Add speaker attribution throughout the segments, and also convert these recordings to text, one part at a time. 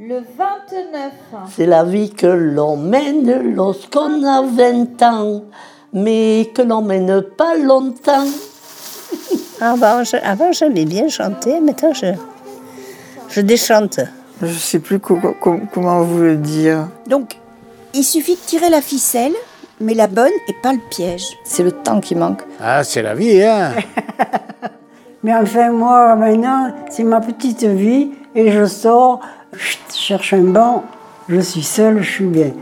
Speaker 1: Le 29.
Speaker 2: C'est la vie que l'on mène lorsqu'on a 20 ans, mais que l'on mène pas longtemps.
Speaker 3: Avant, je, avant, j'aimais bien chanter, maintenant, je, je déchante.
Speaker 4: Je sais plus co- co- comment vous le dire.
Speaker 5: Donc, il suffit de tirer la ficelle, mais la bonne et pas le piège.
Speaker 6: C'est le temps qui manque.
Speaker 7: Ah, c'est la vie, hein
Speaker 8: Mais enfin, moi, maintenant, c'est ma petite vie et je sors, chut, je cherche un banc, je suis seule, je suis bien.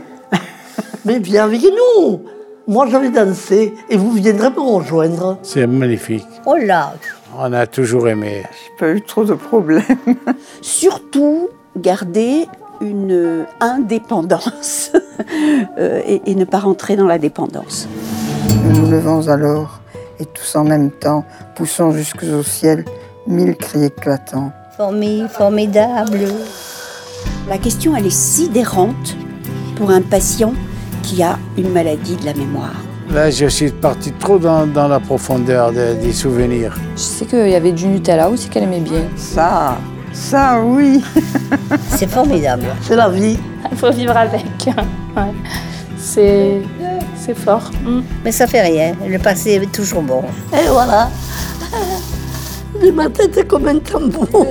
Speaker 2: Mais viens avec nous Moi, je vais danser et vous viendrez me rejoindre.
Speaker 7: C'est magnifique.
Speaker 3: Oh là
Speaker 7: On a toujours aimé.
Speaker 4: J'ai pas eu trop de problèmes.
Speaker 5: Surtout, garder une indépendance euh, et, et ne pas rentrer dans la dépendance.
Speaker 4: Nous nous levons alors, et tous en même temps, poussant jusqu'au ciel mille cris éclatants.
Speaker 3: Formi- Formidable
Speaker 5: La question, elle est sidérante pour un patient qui a une maladie de la mémoire.
Speaker 7: Là, je suis parti trop dans, dans la profondeur de- des souvenirs.
Speaker 6: Je sais qu'il y avait du Nutella aussi qu'elle aimait bien.
Speaker 4: Ça, ça oui
Speaker 3: C'est formidable
Speaker 2: C'est la vie.
Speaker 9: Il faut vivre avec. Ouais. C'est, c'est fort. Mm.
Speaker 3: Mais ça fait rien, le passé est toujours bon.
Speaker 2: Et voilà. De ma tête comme un tambour.